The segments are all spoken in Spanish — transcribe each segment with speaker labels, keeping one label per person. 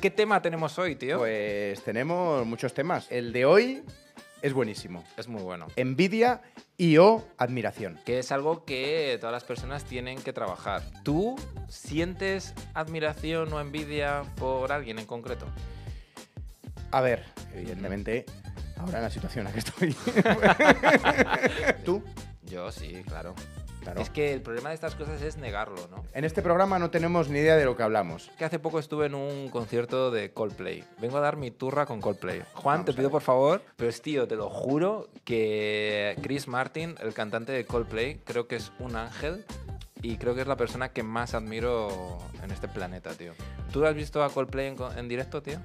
Speaker 1: ¿Qué tema tenemos hoy, tío?
Speaker 2: Pues tenemos muchos temas. El de hoy es buenísimo.
Speaker 1: Es muy bueno.
Speaker 2: Envidia y o admiración.
Speaker 1: Que es algo que todas las personas tienen que trabajar. ¿Tú sientes admiración o envidia por alguien en concreto?
Speaker 2: A ver, evidentemente, ahora en la situación en la que estoy. ¿Tú?
Speaker 1: Yo sí, claro.
Speaker 2: Claro.
Speaker 1: Es que el problema de estas cosas es negarlo, ¿no?
Speaker 2: En este programa no tenemos ni idea de lo que hablamos.
Speaker 1: Que hace poco estuve en un concierto de Coldplay. Vengo a dar mi turra con Coldplay. Juan,
Speaker 2: Vamos
Speaker 1: te
Speaker 2: a
Speaker 1: pido
Speaker 2: ver.
Speaker 1: por favor. Pero es tío, te lo juro que Chris Martin, el cantante de Coldplay, creo que es un ángel y creo que es la persona que más admiro en este planeta, tío. ¿Tú has visto a Coldplay en, co- en directo, tío?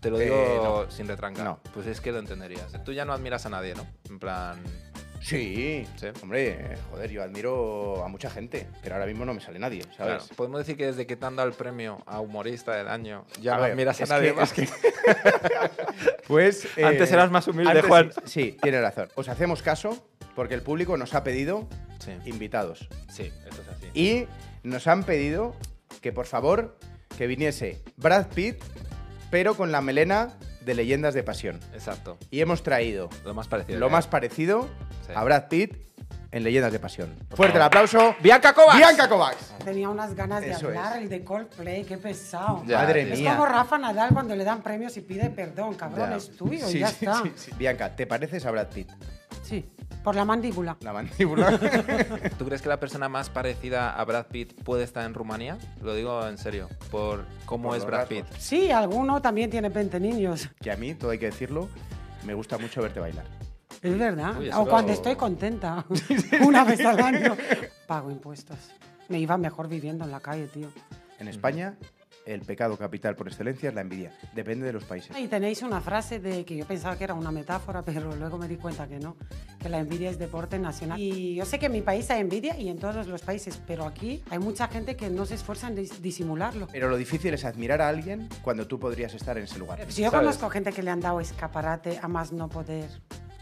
Speaker 1: Te lo
Speaker 2: Eh,
Speaker 1: digo sin retranca.
Speaker 2: No.
Speaker 1: Pues es que lo entenderías. Tú ya no admiras a nadie, ¿no? En plan.
Speaker 2: Sí,
Speaker 1: Sí.
Speaker 2: hombre, eh, joder, yo admiro a mucha gente, pero ahora mismo no me sale nadie,
Speaker 1: Claro,
Speaker 2: ¿sabes?
Speaker 1: podemos decir que desde que te han dado el premio a humorista del año, ya
Speaker 2: A
Speaker 1: no
Speaker 2: ver,
Speaker 1: admiras a
Speaker 2: es
Speaker 1: nadie
Speaker 2: que-
Speaker 1: más.
Speaker 2: es Pues. eh,
Speaker 1: Antes eras más humilde,
Speaker 2: antes
Speaker 1: Juan.
Speaker 2: Sí, sí, tiene razón. Os hacemos caso porque el público nos ha pedido
Speaker 1: Sí.
Speaker 2: invitados.
Speaker 1: Sí, esto es así.
Speaker 2: Y nos han pedido que por favor que viniese Brad Pitt, pero con la melena de leyendas de pasión.
Speaker 1: Exacto.
Speaker 2: Y hemos traído
Speaker 1: Lo más parecido.
Speaker 2: lo
Speaker 1: ¿eh?
Speaker 2: más parecido
Speaker 1: Sí.
Speaker 2: a Brad Pitt en leyendas de pasión. Fuerte el aplauso.
Speaker 1: ¡Bianca Kovacs!
Speaker 2: Bianca Kovacs.
Speaker 3: Tenía unas ganas de
Speaker 2: Eso
Speaker 3: hablar,
Speaker 2: es.
Speaker 3: el de Coldplay, qué pesado.
Speaker 1: Ya,
Speaker 2: Madre
Speaker 1: tío.
Speaker 3: es
Speaker 2: mía.
Speaker 3: como Rafa Nadal cuando le dan premios y pide perdón, cabrón,
Speaker 2: Ya.
Speaker 3: es tuyo
Speaker 2: Sí,
Speaker 3: y ya
Speaker 2: sí,
Speaker 3: está.
Speaker 2: sí, sí. Bianca, ¿te pareces a Brad Pitt?
Speaker 3: Sí, por la mandíbula.
Speaker 2: La mandíbula.
Speaker 1: ¿Tú crees que la persona más parecida a Brad Pitt puede estar en Rumanía? Lo digo en serio, por cómo
Speaker 2: Por
Speaker 1: es
Speaker 2: los
Speaker 1: Brad Pitt.
Speaker 2: rasgos.
Speaker 3: Sí, alguno también tiene 20 niños.
Speaker 2: que a mí, todo hay que decirlo, me gusta mucho verte bailar.
Speaker 3: Es verdad.
Speaker 1: Uy, eso-
Speaker 3: o cuando estoy contenta, una vez al año. Pago impuestos. Me iba mejor viviendo en la calle, tío.
Speaker 1: Mm.
Speaker 2: En España, el pecado capital por excelencia es la envidia. Depende de los países.
Speaker 3: Y tenéis una frase de que yo pensaba que era una metáfora, pero luego me di cuenta que no, que la envidia es deporte nacional. Y yo sé que en mi país hay envidia y en todos los países, pero aquí hay mucha gente que no se esfuerza en dis- disimularlo.
Speaker 2: Pero lo difícil es admirar a alguien cuando tú podrías estar en ese lugar.
Speaker 3: Si Pues yo
Speaker 1: ¿Sabes?
Speaker 3: conozco gente que le han dado escaparate a más no poder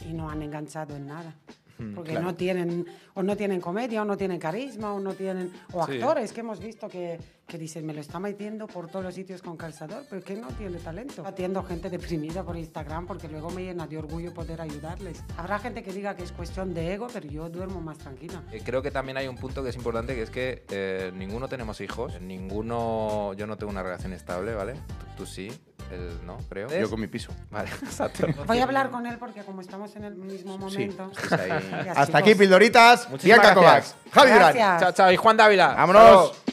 Speaker 3: y no han enganchado en nada. Porque
Speaker 2: Mm, claro.
Speaker 3: no tienen, o no tienen comedia, o no tienen carisma, o no tienen. O
Speaker 1: Sí.
Speaker 3: actores que hemos visto que, que dicen, me lo está metiendo por todos los sitios con calzador, pero que no tiene talento. Atiendo gente deprimida por Instagram porque luego me llena de orgullo poder ayudarles. Habrá gente que diga que es cuestión de ego, pero yo duermo más tranquila.
Speaker 1: Eh, Creo que también hay un punto que es importante, que es que eh, ninguno tenemos hijos, ninguno, yo no tengo una relación estable, ¿vale? Tú, tú sí, él no, creo.
Speaker 2: Yo con mi piso.
Speaker 1: Vale, exacto.
Speaker 3: Voy a hablar con él porque como estamos en el mismo momento.
Speaker 2: Sí, estáis ahí.
Speaker 3: Ya,
Speaker 2: Hasta aquí,
Speaker 3: chicos.
Speaker 2: Pildoritas.
Speaker 1: Muchísimas
Speaker 2: Bianca
Speaker 1: gracias.
Speaker 2: Kovacs. Javi Durán.
Speaker 3: Gracias.
Speaker 1: Chao, chao. Y Juan Dávila.
Speaker 2: Vámonos.
Speaker 1: Hasta luego.